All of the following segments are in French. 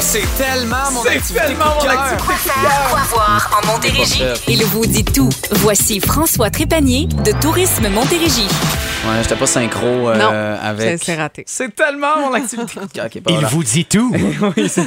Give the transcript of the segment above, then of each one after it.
C'est tellement mon C'est activité tellement coup de mon cœur. activité. Quoi voir en Montérégie? Il vous dit tout. Voici François Trépanier de Tourisme Montérégie. Ouais, j'étais pas synchro euh, Non, c'est avec. c'est raté. C'est tellement mon activité. Ok, ok, pas Il grave. vous dit tout. Oui, c'est-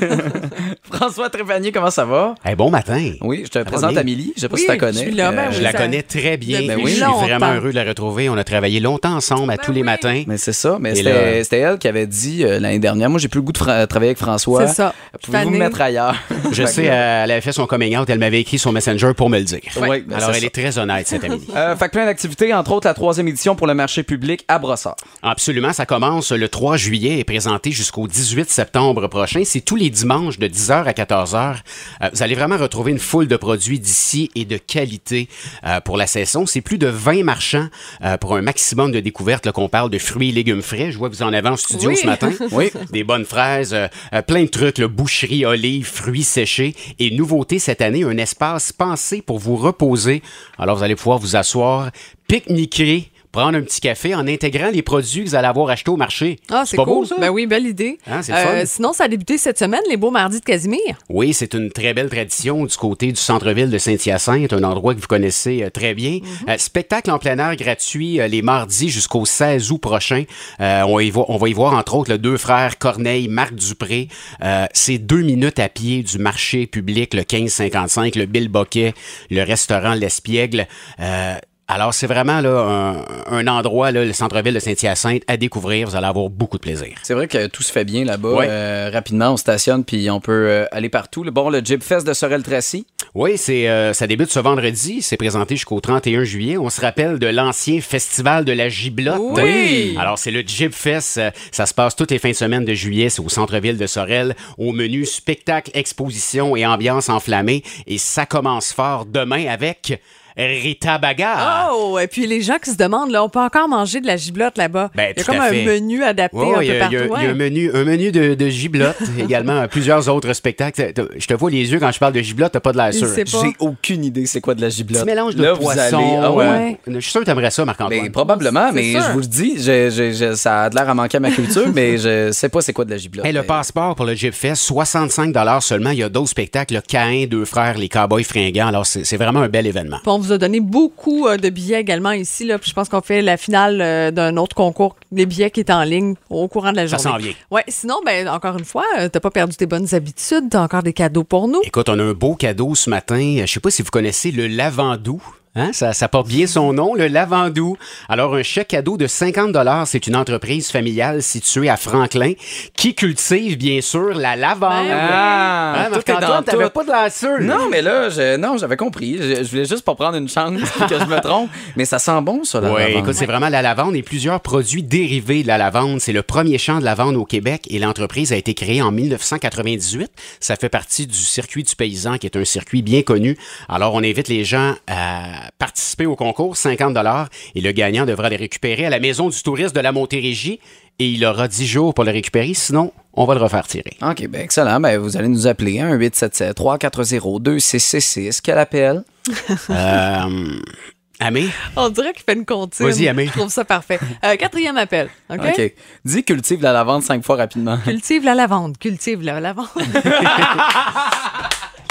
François Trépanier, comment ça va? Eh, bon matin. Oui, je te présente présente Amélie. Je sais pas Oui, si tu la connais. je suis là, ben oui. Je la ça- connais très bien. depuis Je suis longtemps. vraiment heureux de la retrouver. On a travaillé longtemps ensemble à tous les matins. Ben Mais c'est ça. Mais Et c'était là- c'était elle qui avait dit euh, l'année dernière, moi, j'ai plus le goût de fra- travailler avec François. Euh, C'est ça. Pouvez-vous me Tanné. mettre ailleurs? Je Fait sais, que- euh, elle avait fait son coming out, elle m'avait écrit son messenger pour me le dire. Ouais, ben, Alors, c'est elle ça. est très honnête, cette amie. Euh, fait que plein d'activités, entre autres la troisième édition pour le marché public à Brossard. Absolument, ça commence le 3 juillet et présenté jusqu'au 18 septembre prochain. C'est tous les dimanches de 10h à 14h. Euh, vous allez vraiment retrouver une foule de produits d'ici et de qualité euh, pour la saison. C'est plus de 20 marchands euh, pour un maximum de découvertes là, qu'on parle de fruits et légumes frais. Je vois que vous en avez en studio Oui. ce matin. Oui. Des bonnes fraises, euh, euh, plein de trucs, le boucherie, olives, fruits séchés. Et nouveauté cette année, un espace pensé pour vous reposer. Alors, vous allez pouvoir vous asseoir, pique-niquer, prendre un petit café en intégrant les produits que vous allez avoir achetés au marché. Ah, c'est pas cool. beau, ça? Ben oui, belle idée. Euh, Hein, c'est le fun. sinon, ça a débuté cette semaine, les beaux mardis de Casimir. Oui, c'est une très belle tradition du côté du centre-ville de Saint-Hyacinthe, un endroit que vous connaissez euh, très bien. Euh, spectacle en plein air gratuit euh, les mardis jusqu'au 16 août prochain. Euh, on, y voit- on va y voir entre autres les deux frères Corneille, Marc Dupré. Euh, c'est deux minutes à pied du marché public, le 1555, le Bill Boquet, le restaurant L'Espiègle. Euh, alors, c'est vraiment là, un, un endroit, là, le centre-ville de Saint-Hyacinthe, à découvrir. Vous allez avoir beaucoup de plaisir. C'est vrai que tout se fait bien là-bas. Ouais. Euh, rapidement, on stationne puis on peut euh, aller partout. Le- Bon, le Jib Fest de Sorel-Tracy. Oui, c'est euh, ça débute ce vendredi. C'est présenté jusqu'au 31 juillet. On se rappelle de l'ancien festival de la giblotte. Oui! Alors, c'est le Jib Fest. Euh, Ça se passe toutes les fins de semaine de juillet. C'est au centre-ville de Sorel. Au menu, spectacle, exposition et ambiance enflammée. Et ça commence fort demain avec Rita Baga. Oh, et puis les gens qui se demandent, là, on peut encore manger de la giblotte là-bas. Il Ben, y a tout comme à un fait. menu adapté Ouais, un il y peu a, il y a- partout. il y a un hein. menu, un menu de, de giblotte, également euh, plusieurs autres spectacles. T'as- t'as- Je te vois les yeux quand je parle de giblotte, t'as pas de l'air Il sûr. sait pas. J'ai aucune idée c'est quoi de la giblotte. Petit mélange de Là, vous poisson. euh, allez- ah ouais. ouais. Je suis sûr que t'aimerais ça, Marc-Antoine. Ben, probablement, C'est mais sûr. je vous le dis, j'ai- j'ai- j'ai- ça a de l'air à manquer à ma culture, mais je sais pas c'est quoi de la giblotte. Hey, le passeport pour le Jeep Fest, 65 seulement. Il y a d'autres spectacles, le Caïn, Deux Frères, les Cowboys Fringants. Alors, c'est c'est vraiment un bel événement. Puis on vous a donné beaucoup euh, de billets également ici. Là, puis je pense qu'on fait la finale euh, d'un autre concours, les billets qui est en ligne au courant de la Ça journée. s'en vient. Ouais, sinon, ben, encore une fois, euh, t'as pas perdu tes bonnes habitudes, t'as encore des cadeaux pour nous. Écoute, on a un beau cadeau ce matin. Je sais pas si vous connaissez le Lavandou. Hein, ça, ça porte bien son nom, le Lavandou. Alors, un chèque cadeau de 50 c'est une entreprise familiale située à Franklin qui cultive, bien sûr, la lavande. Ben oui. Ah, Hein, tout est dans Marc-Antoine, t'avais tout. pas de la sûre. Non, mais là, je- non, j'avais compris. Je, je voulais juste pas prendre une chance puis que je me trompe. Mais ça sent bon, ça, la Oui, lavande. écoute, c'est vraiment la lavande et plusieurs produits dérivés de la lavande. C'est le premier champ de lavande au Québec et l'entreprise a été créée en 1998. Ça fait partie du circuit du paysan, qui est un circuit bien connu. Alors, on invite les gens à participer au concours, 50 et le gagnant devra les récupérer à la Maison du touriste de la Montérégie et il aura 10 jours pour le récupérer, sinon, on va le refaire tirer. OK, ben excellent. Ben, vous allez nous appeler 1 877 340 2666 Quel appel? Euh, Amé? On dirait qu'il fait une comptine. Vas-y, Amé. Je trouve ça parfait. Euh, quatrième appel. OK? OK. Dis cultive la lavande cinq fois rapidement. Cultive la lavande, cultive la lavande.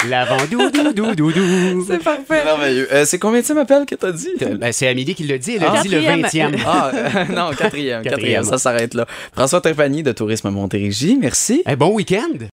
Lavandou, doudou, doudou. C'est parfait. Merveilleux. Euh, c'est combien de appel que t'as dit? Ben, c'est Amélie qui le dit, elle a Ah. dit le Quatrième. 20e. Ah, euh, non, quatrième, quatrième. Quatrième. Ça s'arrête là. François Trépanier de Tourisme Montérégie, merci. Eh, bon week-end!